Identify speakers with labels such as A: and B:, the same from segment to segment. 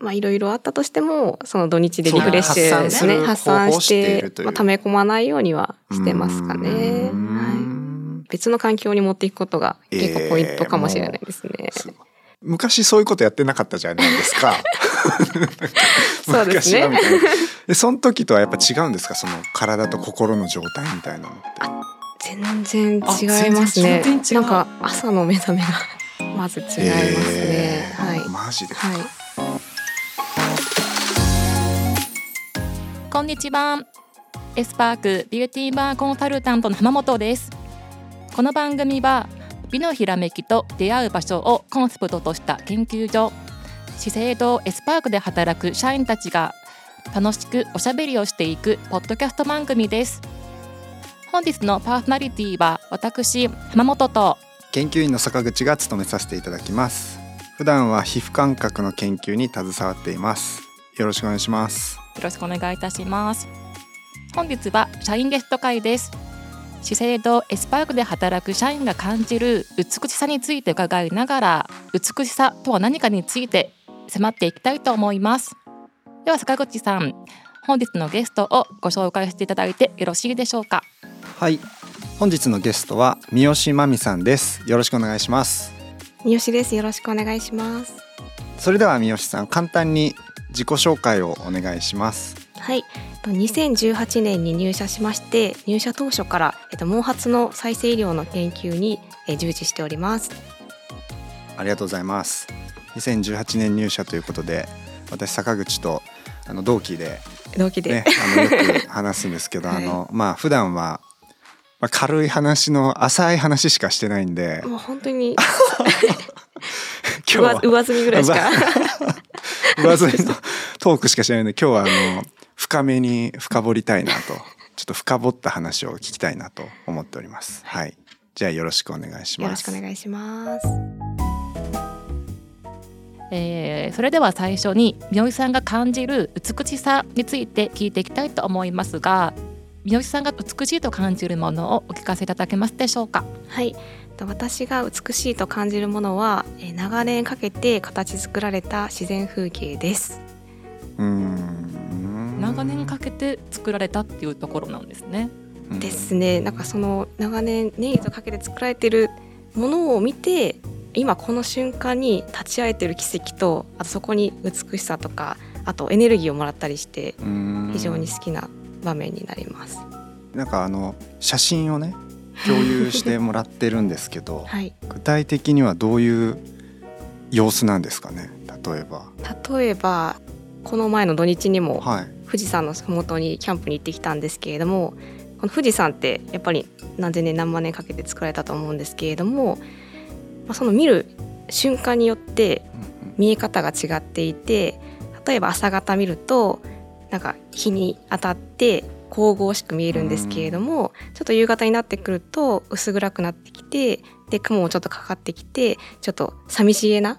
A: まあ、いろいろあったとしても、その土日でリフレッシ
B: そう
A: ュ
B: だ
A: で
B: ね
A: すね、発
B: 発
A: 散
B: 散する方法を
A: し
B: してい
A: て
B: るという
A: まあ、溜め込まないようにはしてますかね
B: う。ー
A: はい、
B: ん
A: 別の環境に持っていくことが結構ポイントかもしれないですね。
B: すごい昔そういうことやってなかったじゃないですか。
A: そうですね
B: 昔はみたいな。で、その時とはやっぱ違うんですか、その体と心の状態みたいなのって。
A: 全然違いますね
C: あ全然違う
A: なんか朝の目覚めがまず違いますね、
B: えー
A: はい
B: マジで。
A: はい
C: こんにちは。エスパークビューティーバーコンサルタントの浜本です。この番組は美のひらめきと出会う場所をコンセプトとした研究所資生堂エスパークで働く社員たちが楽しくおしゃべりをしていくポッドキャスト番組です。本日のパーソナリティは私浜本と
B: 研究員の坂口が務めさせていただきます。普段は皮膚感覚の研究に携わっています。よろしくお願いします。
C: よろしくお願いいたします。本日は社員ゲスト会です。資生堂エスパークで働く社員が感じる美しさについて伺いながら、美しさとは何かについて迫っていきたいと思います。では坂口さん、本日のゲストをご紹介していただいてよろしいでしょうか。
B: はい。本日のゲストは三好真美さんです。よろしくお願いします。
A: 三好ですよろしくお願いします
B: それでは三好さん、簡単に自己紹介をお願いします。
A: はいえっと2018年に入社しまして入社当初から、えっと、毛髪の再生医療の研究にえー従事しております
B: ありがとうございます。2018年入社ということで、私坂口とあの同期で
A: 同期で、
B: ね、あのよく話すんですけど、
A: はい
B: あのまあ普段はまあ軽い話の浅い話しかしてないんで、
A: もう本当に
B: 今日
A: 上
B: は
A: 上積みぐらいしか
B: 上積みのトークしかしてないんで、今日はあの深めに深掘りたいなと、ちょっと深掘った話を聞きたいなと思っております。はい。じゃあよろしくお願いし ます。
A: よろしくお願いします
C: えーそれでは最初にみおいさんが感じる美しさについて聞いていきたいと思いますが、みおいさんが美しいと感じるものをお聞かせいただけますでしょうか。
A: はい、私が美しいと感じるものはえー長年かけて形作られた自然風景です。
B: うーん。
C: 長年かけて作られたっていうところなんですね。
B: うん
A: ですね。なんかその長年年月をかけて作られてるものを見て今この瞬間に立ち会えてる奇跡とあとそこに美しさとかあとエネルギーをもらったりして
B: うーん
A: 非常に好きな場面になります。
B: なんかあの写真をね共有してもらってるんですけど、
A: はい、
B: 具体的にはどういう様子なんですかね例えば
A: 例えばこの前の土日にも
B: はい
A: 富士山の麓にキャンプに行ってきたんですけれどもこの富士山ってやっぱり何千年何万年かけて作られたと思うんですけれども、まあ、その見る瞬間によって見え方が違っていて例えば朝方見るとなんか日に当たって神々しく見えるんですけれども、ちょっと夕方になってくると薄暗くなってきてで雲もちょっとかかってきてちょっと寂しげな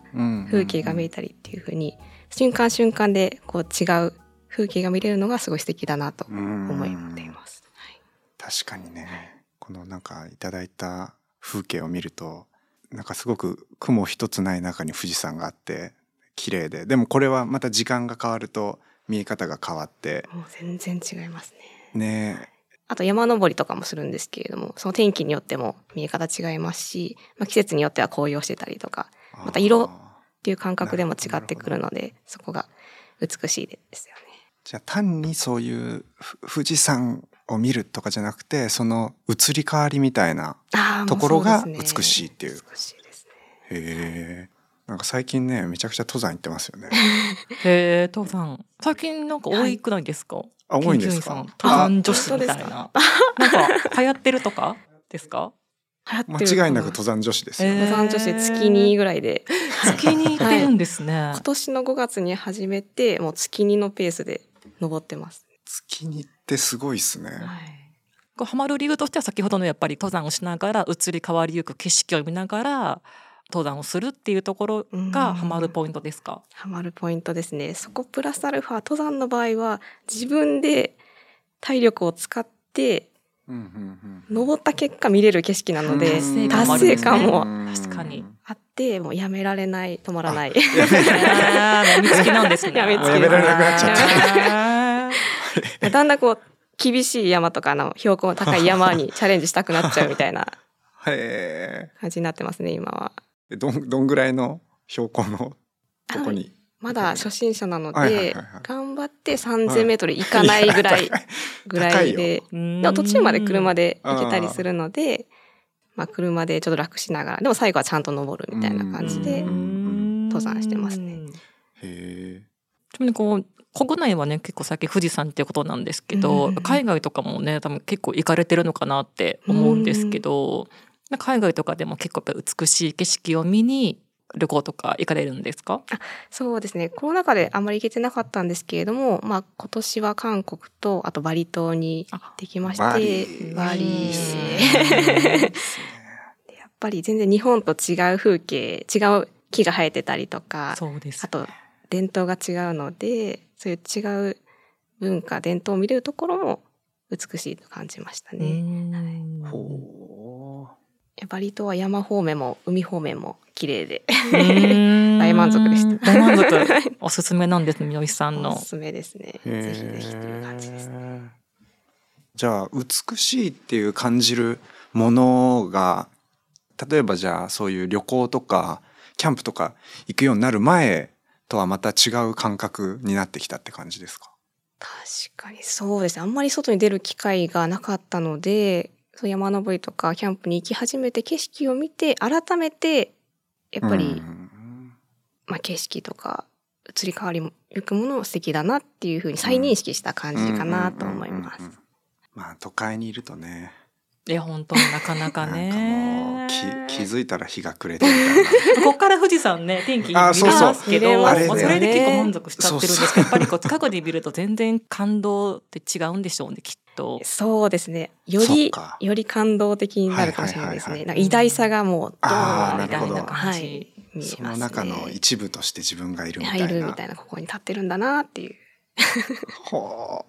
A: 風景が見え
B: て
A: たりっていう風に瞬間瞬間でこう違う風景が見れるのがすごい素敵だなと思
B: 思
A: っています。はい
B: 確かにねこのなんかいただいた風景を見るとなんかすごく雲一つない中に富士山があって綺麗ででもこれはまた時間が変わると見え方が変わって
A: もう全然違いますね。
B: ね
A: あと山登りとかもするんですけれども、その天気によっても見え方違いますし、まあ、季節によっては紅葉してたりとかまた色
B: あー
A: っていう感覚でも違ってくるので、そこが美しいですよね。
B: じゃあ単にそういうふ富士山を見るとかじゃなくてその移り変わりみたいな
A: あー
B: ところが
A: もうそうですね
B: 美しいっていう
A: 美しいですね。
B: へえなんか最近ねめちゃくちゃ登山行ってます よね
C: へえ、父さん、最近なんか多いくないですか。
B: あ多いんです
C: 研究員
B: か
C: さん登
B: あ
C: 山女子みたいな。なんか流行ってるとかですか。
A: 流行ってる
B: 間違いなく登山女子ですよ、
C: え
A: 登山女子月にぐらいで
C: 月に行ってるんですね
A: 今。年の5月に始めてもう月2のペースで登ってます。
B: 月にってすごいっすね、
A: はい、
C: こうハマる理由としては先ほどのやっぱり登山をしながら移り変わりゆく景色を見ながら登山をするっていうところがハマるポイントですか。
A: ハマるポイントですねそこプラスアルファ登山の場合は自分で体力を使って
B: うんうんうん
A: 登った結果見れる景色なの
C: うん
A: で
C: 達成
A: 達
C: 感もあるんで
A: 成
C: すね
A: 感も
B: うん
C: 確かに
A: あってもうやめられない止まらない
C: あー、やみつきなんです ね。。
A: やみつきです
B: もうやめられなくなっちゃった
A: だんだんこう厳しい山とかあの標高の高い山にチャレンジしたくなっちゃうみたいな
B: へ
A: 感じになってますね今は。
B: えどんどんぐらいの標高のとこに
A: まだ初心者なので、
B: はいはいはいはい
A: 頑張って3000メートル行かないぐ らい
B: や高
A: ぐらいででも途中まで車
C: で。
A: で行けたりするので、まあ、車でちょっと楽しながらでも最後はちゃんと登るみたいな感じで
B: うん
A: 登山してますね
B: へえ
C: ちなみにこう国内はね結構最近富士山っていうことなんですけど、
A: うん
C: 海外とかもね多分結構行かれてるのかなって思うんですけど、海外とかでも結構やっぱ美しい景色を見に旅行とか行かれるんですか？
A: そうですねコロナ禍であまり行けてなかったんですけれども、まあ、今年は韓国とあとバリ島に行ってきまして
B: あバリ
A: バリ
C: いい
A: で
C: っ
A: す
C: す
A: ね
C: ね
A: でやっぱり全然日本と違う風景違う木が生えてたりとか
C: そうです
A: あと伝統が違うのでそういう違う文化伝統を見れるところも美しいと感じましたね。
C: うん
B: ほ
A: バリ島は山方面も海方面も綺麗で
C: 大
A: 大満足でした
C: 大満 足。おすすめなんですね、みのりさん
A: お
C: の
A: す。すめですね。
B: う
A: ぜひぜひという感じですね。
B: へーじゃあ美しいっていう感じるものが例えばじゃあそういう旅行とかキャンプとか行くようになる前とはまた違う感覚になってきたって感じですか
A: 確かにそうですね。あんまり外に出る機会がなかったので、そう山登りとかキャンプに行き始めて景色を見て改めてやっぱり、
B: うん
A: まあ景色とか移り変わりもゆくものを素敵だなっていうふうに再認識した感じかなと思いま
B: うん
A: す
B: うんうんうん。うんまあ都会にいるとね
C: いや、本当になかなか
B: なんかも
C: ね
B: う。気気づいたら日が暮れてみたいな
C: ここから富士山ね、天気見れ
B: あ
C: ま
B: そう
A: そう
C: すけ
A: 見れ
C: ど、
A: ます
B: ね
C: もうそれで結構満足しちゃってるんですけ
B: そう
C: ど、
B: そう
C: やっぱりこう近くで見ると全然感動って違うんでしょうね、きっ と。
A: そうですね。よ
B: そっ
A: り
B: か
A: より感動的になるかもしれないです
B: はい
A: ね。
B: は
A: なんか偉大さがもうド
B: あ
A: ー
B: ー
A: ンみたい
B: なる
A: な
B: ほど
A: はい見えます、
B: そ
A: ね。
B: の中の一部として自分がいるみたいな
A: 入るみたいなここに立ってるんだなっていう。
B: ほ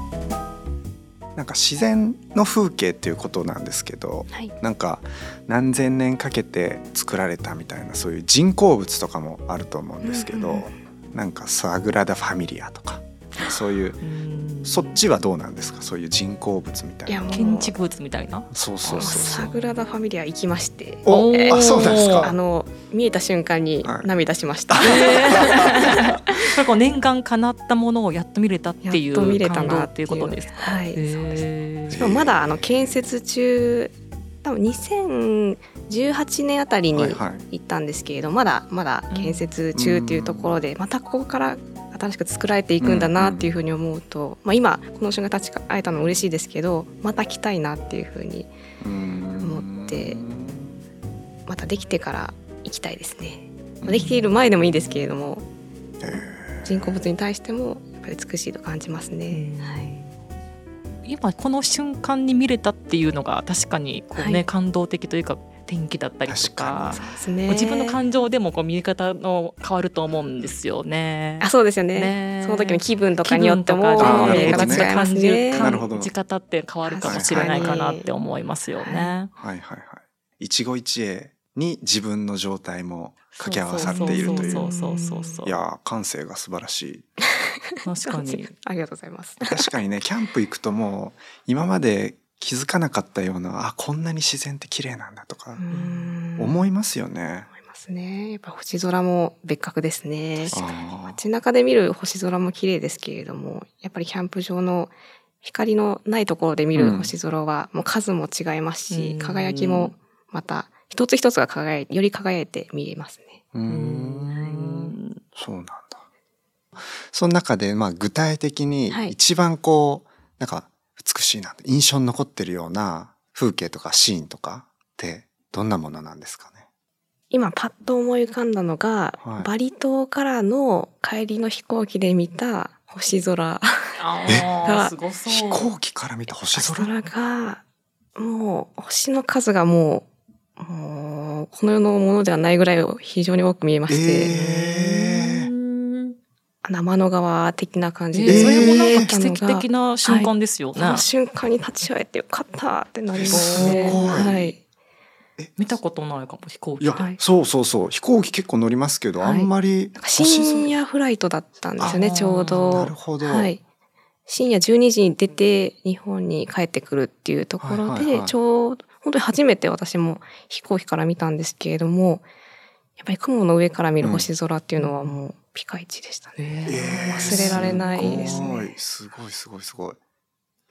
B: うなんか自然の風景っていうことなんですけど
A: はい。
B: なんか何千年かけて作られたみたいなそういう人工物とかもあると思うんですけど、
A: うんうん
B: なんかサグラダ・ファミリアとかそういう
C: うん
B: そっちはどうなんですかそういう人工物みたい
A: いや
B: な
A: もう
C: 建築物みたいな。
B: そうそうそう
A: サ
B: そう
A: グラダ・ファミリア行きまして。
B: お
A: え
B: あそうなんです
A: あ
B: か
A: の見えた瞬間に
B: はい
A: 涙しま した。
C: それこう念願叶ったものをやっと見れたってい
A: やっと見れ
C: う
A: た
C: 感動
A: な
C: っ
A: ってて
C: い
A: いうう
C: ことです。
A: はい。そうです
C: へー
A: しかもまだあの建設中多分2018年あたりに
B: はいはい
A: 行ったんですけれどまだまだ建設中っていうところでまたここから新しく作られていくんだなっていうふうに思うと、まあ、今この瞬間立ち会えたのも嬉しいですけどまた来たいなっていうふうに
B: 思
A: 思ってまたできてから行きたいですね。まあできている前でもいいですけれども人工物に対してもやっぱり美しいと感じますね。はい
C: 今この瞬間に見れたっていうのが確かにこう、ね
A: はい
C: 感動的というか天気だったりとか
A: そうですね、
C: 自分の感情でもこう見え方の変わると思うんですよね。
A: あそうですよね
C: ね
A: その時の気分とかによっても
C: 気分とか
B: あー
A: 見え方
B: なるほどね
A: 違います
C: 感じる
A: ね。
B: なるほど
C: 感じ方って変わるかもしれないかなって思います
B: は
C: よね。
B: いはいはい。一期一会に自分の状態も掛け合わさっているという。
C: そうそうそうそうそうそう
B: いやー感性が素晴らしい。
C: 確かに。
A: ありがとうございます。
B: 確かにね キャンプ行くともう今まで気づかなかったようなあこんなに自然って綺麗なんだとか
A: うん
B: 思いますよね。
A: 思いますね。やっぱ星空も別格ですね。
B: あ
A: 街中で見る星空も綺麗ですけれども、やっぱりキャンプ場の光のないところで見る星空はもう数も違いますし、
C: うん
A: 輝きもまた一つ一つが輝いより輝いて見えますね。
B: ーうー
C: うんん
B: そうなんだ。その中でまあ具体的に
A: はい
B: 一番こう、なんか美しいなって印象に残ってるような風景とかシーンとかってどんなものなんですかね。
A: 今パッと思い浮かんだのが、
B: はい
A: バリ島からの帰りの飛行機で見た星空。
C: あーすごそう。
B: 飛行機から見た星
A: 星空
B: 空
A: が、もう、星の数がもう、もう、この世のものではないぐらい非常に多く見えまして、
B: えー
C: うん
A: 生の川的な感
C: え
A: じ
C: ー
A: で、
C: それも
A: 見え
C: なん
A: た
C: か
A: の
C: 奇
A: が
C: 跡的な瞬間ですよ
A: こ
C: ね。
A: の瞬間に立ち会えてよかったってなりますすね。
B: ごい
A: はい。
B: え
C: 見たことないかも飛行機
B: いや、
A: はい
B: そうそうそう飛行機結構乗りますけど、
A: はい
B: あんまり
A: なんか深夜フライトだったんですよね
C: あ
A: ちょう
B: 星空な
A: ど
B: る。ほど、
A: はい、深夜12時に出て日本に帰ってくるっていうところで、
B: はいはいはい
A: ちょうど本当に初めて私も飛行機から見たんですけれどもやっぱり雲の上から見る星空っていうのはもうピカイチでしたね。
C: え
B: えー
A: 忘れられないですね
B: すごいすごいすごいすごい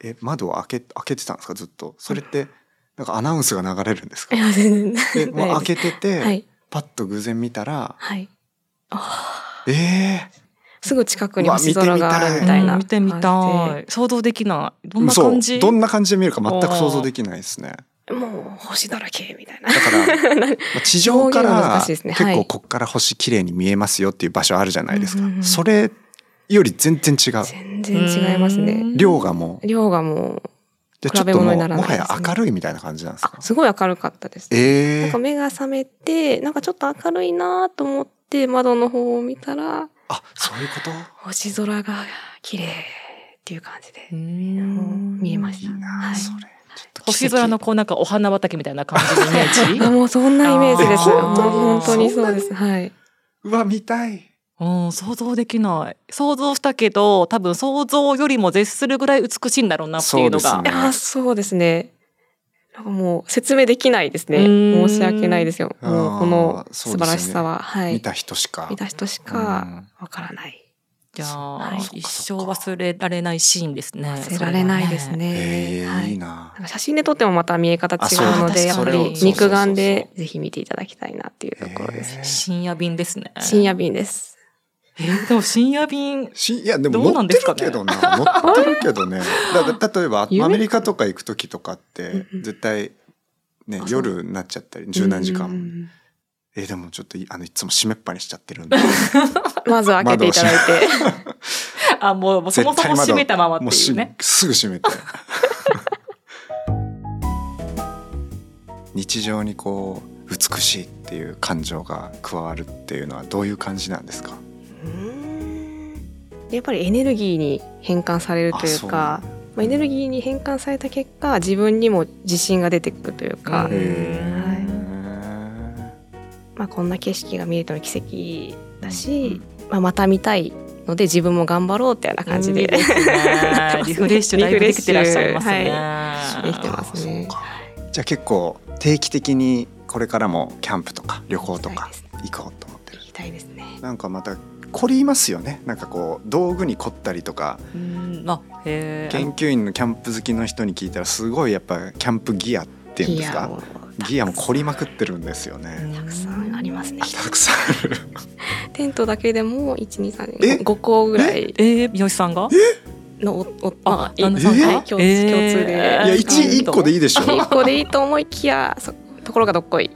B: え窓を開け開けてたんですかずっとそれってなんかアナウンスが流れるんですか
A: いや 全然
B: えもう開けてて、
A: はい
B: パッと偶然見たら
A: はいあ
B: ええ
A: ーすぐ近くに星空があるみたいな
C: 見てみ
A: 感
C: たい想像できないどんな感
B: そう
C: じ
B: どんな感じで見るか全く想像できないですね
A: じでもう星だらけみたいな
B: だから まあ地上か
A: 表現は
B: ら
A: 難しいです
B: 結
A: ねはい
B: 構こっから星綺麗に見えますよっていう場所あるじゃないですか、
A: うんうんうん
B: それより全然違う
A: 全然違いますね
B: 量がもう
A: 量がもう
B: で
A: 比
B: ちょっ
A: べ
B: とも
A: 物に
B: う
A: なら
B: も
A: ない
B: は
A: ですね
B: や明るいみたいな感じなんです
A: あ
B: か
A: すごい明るかったです
B: え
A: なん
B: え
A: か目が覚めてなんかちょっと明るいなと思って窓の方を見たら
B: あそういうこと
A: 星空が綺麗っていう感じで
C: 見
A: 見えまし
B: い
A: た
B: いな、
A: はい
B: それちょっと奇跡
C: 星空のこうなんかお花畑みたいな感じのイメー ジ
A: あもうそんなイメージです
B: あー
A: 本当に本当にそうで
B: そ
A: すはい、
B: うわ見たい
C: うん、想像できない想像したけど多分想像よりも絶するぐらい美しいんだろうなっていうの
B: そう
C: が
B: で
A: あそうですねなんかもう説明できないです
C: う
A: ね
C: ーん
A: 申し訳ないですよもうこの素晴らしさは、はい
B: 見た人しか
A: 見た人し
B: う
A: か
B: ん
A: わからない
C: じゃあ、
A: はい
C: 一生忘れられないシーンですね
A: 忘れられないです
B: え
A: ね
B: え、
A: はい
B: い
A: い
B: な
A: なんか写真で撮ってもまた見え方違
B: あ
A: う
B: そう
A: の
B: だ
A: でや
B: そ
A: っぱ
B: れを
A: り
B: そうそうそうそう
A: 肉眼でぜひ見ていただきたいなっていうところです
B: ええ
C: 深夜便ですね
A: 深夜便です。
C: えーでも深夜便
B: しいやでも
C: どう
B: 乗
C: な
B: っ
C: ん
B: て
C: です
B: る
C: か
B: け
C: ね
B: どな乗ってるけど ねだから例えば
A: 夢
B: アメリカとか行く時とかって
A: うんうん
B: 絶対ね
A: あそう
B: 夜になっちゃったり十何時
A: う
B: 間
A: ん
B: えでもちょっといあのいつも閉めっぱにしちゃってる んで
A: まずは開けていただいて。
C: あもうもうそもそも閉めたままって
B: もう
C: い
B: し
C: うね
B: すぐ閉め て日常にこう美しいっていう感情が加わるっていうのはどういう感じなんですか
A: でやっぱりエネルギーに変換されるという
B: あ
A: か
B: そう
A: まあ、エネルギーに変換された結果自分にも自信が出てくるというか、
C: うん
B: へ
A: まあ、こんな景色が見れたの奇跡だ
B: う
A: し
B: ん、
A: まあ、また見たいので自分も頑張ろうってような感じで、
C: いいですねリフレッシュだいぶできてらっしゃいますね、
A: できてますね
B: あ。ーじゃあ結構定期的にこれからもキャンプとか旅行と
A: 行
B: か
A: きたい
B: 行こうと思ってる
A: 行きたいですね。
B: なんかまた凝りますよねなんかこう道具に凝ったりとか
C: うんあへ
B: 研
C: ー
B: 究員のキャンプ好きの人に聞いたらすごいやっぱキャンプギアっていうんですかギアも凝りまくってるんですよね
A: たくさんありますね
B: あ。たくさんある
A: テントだけでも一二三
B: え
A: 五個ぐらい
C: えー、三好さんが
A: のおお
C: あ
A: まあい
C: 旦那さん
B: え
C: が、
A: はい共通共通で
B: いや
A: えー
B: 一一個でいいでしょ
A: で
B: 違
A: 一個でいいと思いきやそところがどっこい
B: 違う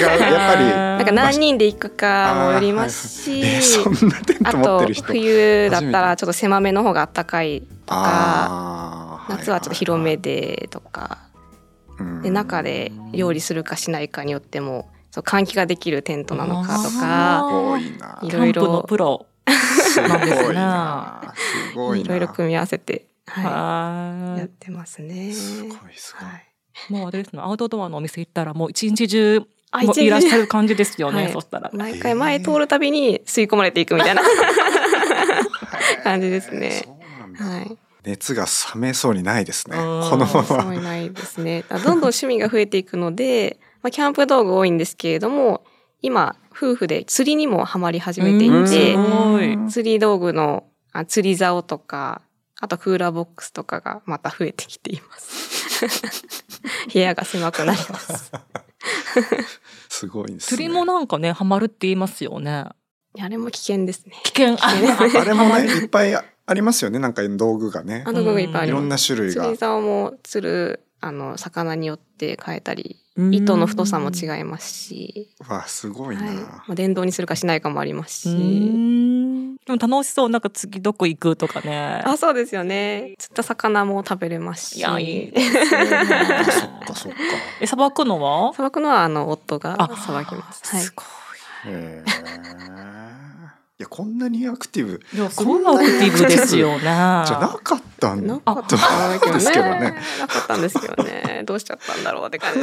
B: やっ
A: なんか何人で行くかもよります
B: ぱ
A: し
B: り、えそんなテン
A: あ
B: ト持っ
A: と
B: てる人
A: 冬だったらちょっと狭めの方が暖かいとか
B: あーいいい
A: 夏はちょっと広めでとか
B: うん
A: で中で料理するかしないかによってもそう換気ができるテントなのかとか
B: すごいな。
A: い
C: キ
A: ろ
C: ャンプのプロ
B: すごい
C: なんです
B: な
C: な。
B: すごい
A: い
B: な。
A: ろいろ組み合わせて、は、
C: はい
A: やっ
C: い
A: てますね。
B: すごいすごい。
A: はい
C: もうあれですねアウトドアのお店行ったらもう一日中
A: あ
C: も
A: 一
C: ういら っしゃ
A: 日
C: る感じですよね、
A: はい
C: そしたら
A: 毎回前通るたびに吸い込まれていくみ たいな
B: はい
A: 感じですね
B: そうなんだ
A: はい
B: 熱が冷めそうにないですね。
C: うん
B: このま
A: そう
B: ま。
A: いないですねだからどんどん趣味が増えていくので、まあ、キャンプ道具多いんですけれども今夫婦で釣りにもハマり始めて
C: う
A: い
C: ん
A: て
C: すごい
B: うん
A: 釣り道具のあ釣り竿とかあとクーラーボックスとかがまた増えてきています部屋が狭くなります
B: すごいですね。
C: 釣りもなんかねハマるって言いますよね
A: いやあれも危険ですね
C: 危険あ
B: あれもねいっぱいありますよね。なんか道具がね
A: あ。の道具がいっぱいあ
B: い
A: り
B: ろん
A: ま
B: な種類
A: す
B: が
A: 釣り。竿も釣るあの魚によって変えたり 糸の太さも違いますし、
B: わすごい
A: はい
B: な
A: ま。あ、電動にするかしないかもあります
C: う
A: し、
C: んでも楽しそうなんか次どこ行くとかね
A: あそうですよね釣った魚も食べれますし
C: いやいいですね
B: あそっかそっか。
C: えさばくのは
A: さばくのはあの夫が
C: あ
A: さばきます。はい
C: すごい
B: へーいやこんなにアクティブ
C: いやすごいアクティブですよね。じ
B: じゃなかったん
A: な
B: だ
A: かったん
B: ですけどね
A: なかったんですけど ね。どうしちゃったんだろうって感じ。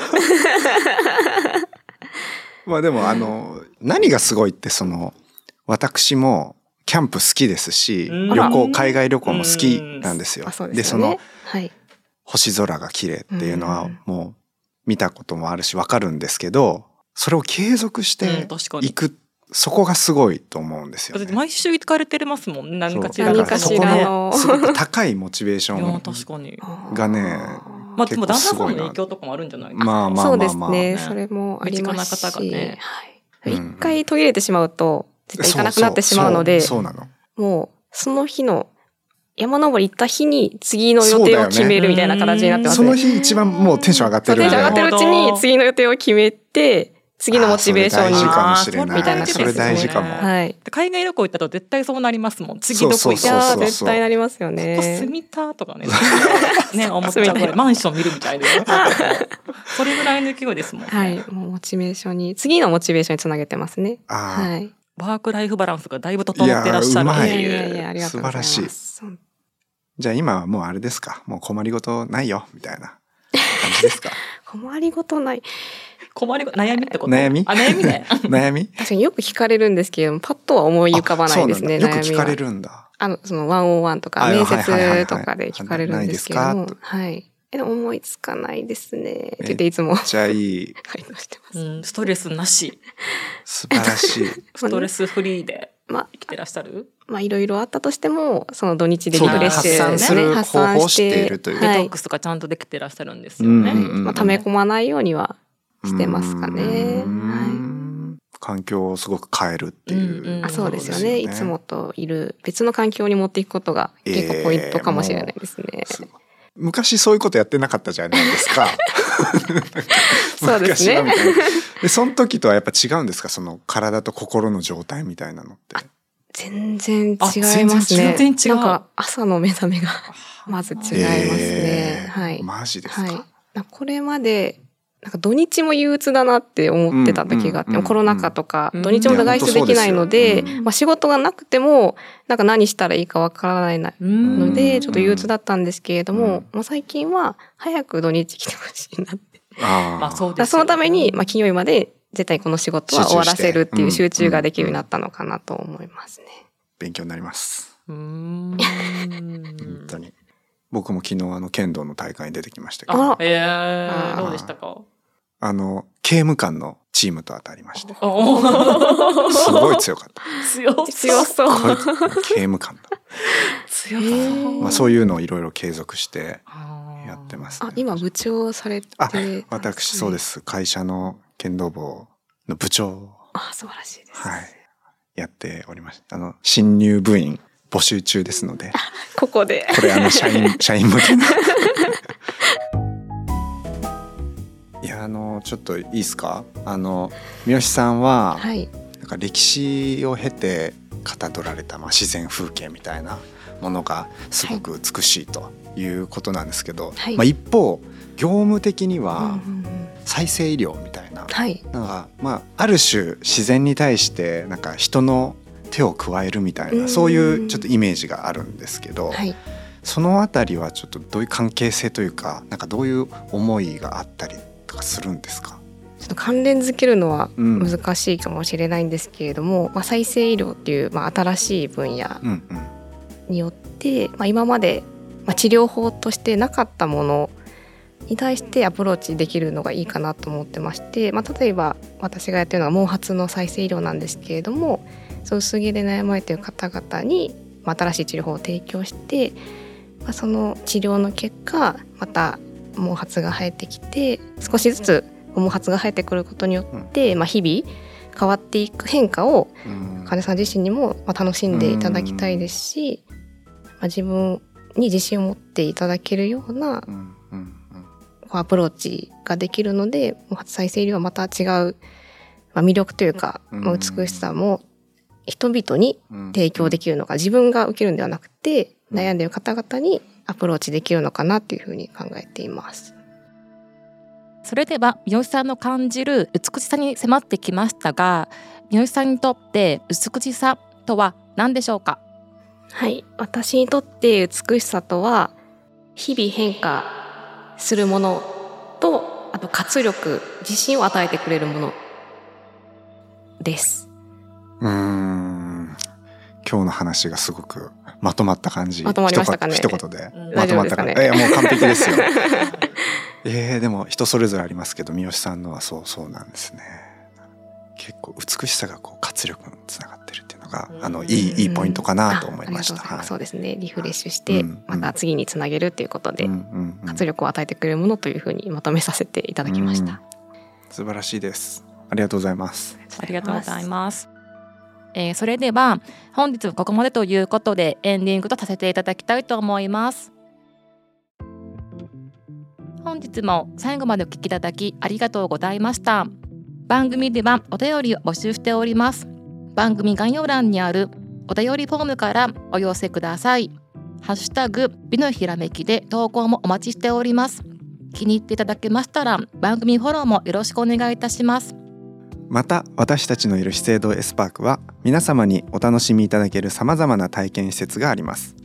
B: まあでもあの何がすごいってその私もキャンプ好きですし
C: うん
B: 旅行海外旅行も好きなんですよ
A: あ、。そう
B: で
A: です
B: そ
A: よね
B: の。
A: はい。
B: 星空が綺麗っていうの
A: う
B: は
A: ん
B: もう見たこともあるしわかるんですけどそれを継続し
C: うん
B: て
C: 確かに
B: いくそこがすごいと思うんですよ
C: だっ
B: ね
C: て。毎週行かれてますもんね。何かし
B: そう
C: ら
B: だ
A: 何
B: ら
A: か
C: そ
A: し
C: こね
A: らの。
B: すごく高いモチベーショ
C: いや
B: ン
C: 確かに。
B: がね
C: まあでも旦
B: 結構
C: 那
B: す
C: さん
B: ご
C: の
B: いな
C: 影響とかもあるんじゃないですか。
B: まあま
A: そ
B: あ
A: う
B: ま
A: で
B: あ
A: す
B: まあ、
A: ね。
C: まあ
A: それもありますし。
C: 身近な方がね
A: は
B: う
A: い。
B: んうん
A: 一回途切れてしまうと、行かなくなってしまうので、
B: そうそうそうなの
A: もうその日の山登り行った日に次の予定を決めるみたいな形になってます
B: そ
A: ね。
B: の日一番もうテンション上がって
A: そう
B: る
A: テン
B: んで
A: ション上がってるうちに次の予定を決めて次のモチベーションに
B: あーそれ大事か
A: は
B: もしれない
C: あー
A: みたいな
C: それ
B: それ大事かも
C: ですね
A: い
C: で海外旅行行ったと絶対そうなりますもん。次どこ行
A: い
B: そう
C: く
B: そう
A: や
B: そう
A: ー絶対なりますよね
C: ここ住みたとかね。ね、思っちゃ
A: 住
C: う。
A: み
C: こ
A: たい
C: れマンション見るみたいな。それぐらいの勢いですもんね。
A: はいもうモチベーションに次のモチベーションにつなげてますね
B: あー、
A: はい
C: ワークライフバランスがだいぶ整ってらっしゃるって
A: い
C: いう。
A: やいやいやありがとうございます
B: 素晴ら
A: そう
B: じゃあ今はもうあれですかもう困りごとないよみたいな感 じですか
A: 困りごとない
C: 困りご悩みってこと。
B: 悩み
C: あ、悩 みね。
B: 悩み
A: 確かによく聞かれるんですけれどもパッとは思い浮かばないですね
B: あそうなんだよく聞かれ
A: 悩みは
B: るんだ
A: あのそのワンオンワンとか
B: あ
A: 面
B: はいはいはいはい
A: 接とかで聞かれるんですけれど
B: ない
A: も
B: です
A: はいえ思いつかないですねって言っていつ も
B: じゃあいい
A: 回答してます
C: うん、ストレスなし、
B: 素晴らしい
C: ストレスフリーで
A: まあ
C: 生きてらっしゃる。
A: まあいろいろあったとしてもその土日でリ
B: そう
C: だ
A: フ
C: ね
A: レッシュ
C: 発散す
B: る
A: ね
B: 方法をしているという
C: デト
A: は
C: ッ
A: い
C: クスとかちゃんとできてらっしゃるんですよね。
B: うんうんうん
A: まあ溜め込まないようには してますかね
B: うーん環境をすごく変えるっていう、
C: うんうん
A: あそうですよねいつ
B: こ
A: もといる別の環境に持っていくことが結構ポイントかもしれないですね、
B: とですよねすごい昔そういうことやってなかったじゃないですか
A: そうですね
B: 昔はみたいなでその時とはやっぱ違うんですかその体と心の状態みたいなのって
A: 全然違います
C: あ
A: ね
C: 全然違う
A: なんか朝の目覚 めがまず違いますね、
B: えー
A: はい、
B: マジですか、
A: はい、なんかこれまでなんか土日も憂鬱だなって思ってた時があって、
B: うんうんうん
A: コロナ禍とか、
C: うん
A: 土日も外出できないの
B: い
A: で
B: や本当そうですよ
A: まあ、仕事がなくてもなんか何したらいいかわからないな
C: うん
A: ので、
B: うん
A: ちょっと憂鬱だったんですけれども、
B: うん
A: もう最近は早く土日来てほしいなって
B: あー
C: まあそう
A: だから
C: です
A: そ
C: よ
A: のために、まあ、金曜日まで絶対この仕事は終わらせるっていう
B: 集中して
A: 集中ができるようになったのかなと思いますね。
B: 勉強になります
C: うーん。
B: 本当に、僕も昨日あの剣道の大会に出てきましたけ
A: あ
B: ど
A: ら
B: あ
C: え
A: あー
C: ー、どうでしたか。
B: の刑務官のチームと当たりまして
C: おー
B: すごい強かった
C: 強そう
A: 強そう。
B: こいつ刑務官だ、
C: 強
A: へー
B: まあ、そういうのをいろいろ継続して
C: あー
B: やってますね、
A: あ、今部長をされて。
B: あ私そうですす会社の剣道部の部長を
A: あ、素晴らしいです。
B: はいやっておりましたあの新入部員募集中ですので
A: ここで。
B: これあの社員社員向けのいやあのちょっといいですかあの三好さんは、
A: はい。
B: なんか歴史を経てかたどられた、まあ、自然風景みたいなものがすごく美しいということなんですけど、
A: はい
B: まあ、一方業務的には
A: うんうんうん
B: 再生医療みたいな,、
A: はい。
B: なんかまあ、ある種自然に対してなんか人の手を加えるみたいな
A: うん
B: そういうちょっとイメージがあるんですけど、
A: はい。
B: そのあたりはちょっとどういう関係性というかなんかどういう思いがあったりとかするんですか、
A: ちょっと関連づけるのは
B: うんうん
A: 難しいかもしれないんですけれども、まあ、再生医療っていう、まあ、新しい分野
B: うん
A: によって、まあ、今まで、まあ、治療法としてなかったものに対してアプローチできるのがいいかなと思ってまして、まあ、例えば私がやってるのが毛髪の再生医療なんですけれどもそう薄毛で悩まれている方々に、まあ、新しい治療法を提供して、まあ、その治療の結果また毛髪が生えてきて少しずつ毛髪が生えてくることによって、まあ、日々変わっていく変化を
B: うん
A: 患者さん自身にもまあ楽しんでいただきたいですし、まあ、自分に自信を持っていただけるようなこ
B: うんうんうん
A: うアプローチができるのでもう再生医療はまた違う、まあ、魅力というか、まあ、
B: うん
A: 美しさも人々に
B: うん
A: 提供できるのか自分が受けるんではなくて
B: うん
A: 悩んでいる方々にアプローチできるのかなっていうふうに考えています。
C: それでは三好さんの感じる美しさに迫ってきましたが三好さんにとって美しさとは何でしょうか
A: はい私にとって美しさとは日々変化するものとあと活力自信を与えてくれるものです
B: うーん今日の話がすごくまとまった感じ。
A: まとまりましたかね
B: 一言一言で。
C: うん
B: まとまった
A: 大丈夫ですかね
B: 感じ。ええもう完璧で すよ。ええでも人それぞれありますけど、三好さんのはそうそうなんですね。結構美しさがこう活力につながってるっていうのが、あのいいいいポイントかなと思いまし
A: あありがとうご
B: た。
A: ざいますそ
B: は
A: うですねリフレッシュして、
B: うん
A: また次につなげるということ
B: い
A: で、
B: うんうんうん
A: 活力を与えてくれるものというふうにまとめさせていただきました、
B: うん素晴らしいです。ありがとうございます。
C: ありがとうございます。えーそれでは本日はここまでということでエンディングとさせていただきたいと思います。本日も最後までお聞きいただきありがとうございました。番組ではお便りを募集しております。番組概要欄にあるお便りフォームからお寄せください。ハッシュタグ美のひらめきで投稿もお待ちしております。気に入っていただけましたら番組フォローもよろしくお願いいたします。
B: また私たちのいる資生堂エスパークは皆様にお楽しみいただけるさまざまな体験施設があります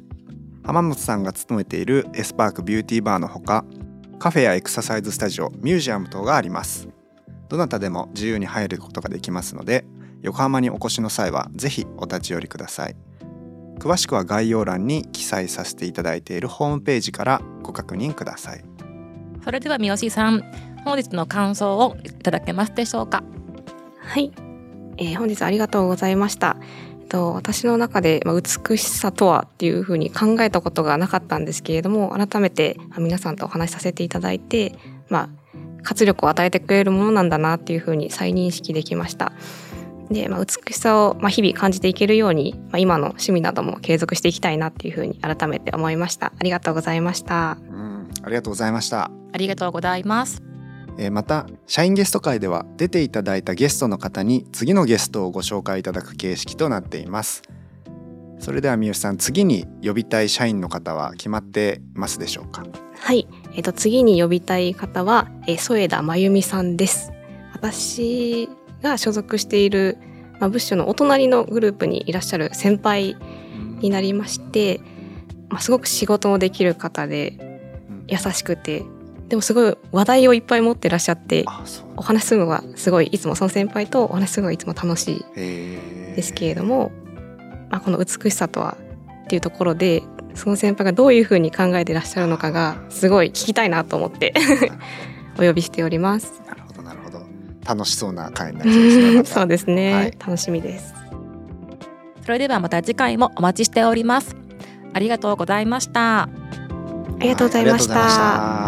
B: 浜本さんが勤めているエスパークビューティーバーのほかカフェやエクササイズスタジオミュージアム等がありますどなたでも自由に入ることができますので横浜にお越しの際はぜひお立ち寄りください詳しくは概要欄に記載させていただいているホームページからご確認ください
C: それでは三好さん本日の感想をいただけますでしょうか
A: はい、えー本日ありがとうございました。えっと私の中で、まあ、美しさとはっていうふうに考えたことがなかったんですけれども改めてまあ皆さんとお話しさせていただいて、まあ、活力を与えてくれるものなんだなっていうふうに再認識できました。で、まあ、美しさを、まあ、日々感じていけるように、まあ、今の趣味なども継続していきたいなっていうふうに改めて思いました。ありがとうございました。
B: うん、ありがとうございました
C: ありがとうございます
B: えーまた社員ゲスト会では出ていただいたゲストの方に次のゲストをご紹介いただく形式となっていますそれでは三好さん次に呼びたい社員の方は決まってますでしょうか
A: はい、えっと次に呼びたい方は、えー添田真由美さんです。私が所属している、まあ、ブッシュのお隣のグループにいらっしゃる先輩になりまして、まあ、すごく仕事もできる方で
B: うん
A: 優しくてでもすごい話題をいっぱい持ってらっしゃって
B: あそう
A: お話しするのがすごいいつもその先輩とお話しするのがいつも楽しい
B: へー
A: ですけれど も、まあ、この美しさとはっていうところでその先輩がどういうふうに考えてらっしゃるのかがすごい聞きたいなと思ってお呼びしております。
B: なるほどなるほど楽しそうな会になりそうですねま た
A: そうですね、
B: はい
A: 楽しみです。
C: それではまた次回もお待ちしておりますありがとうございました
A: ありがとうございまし
B: はありがとうござい
A: た
B: まし。た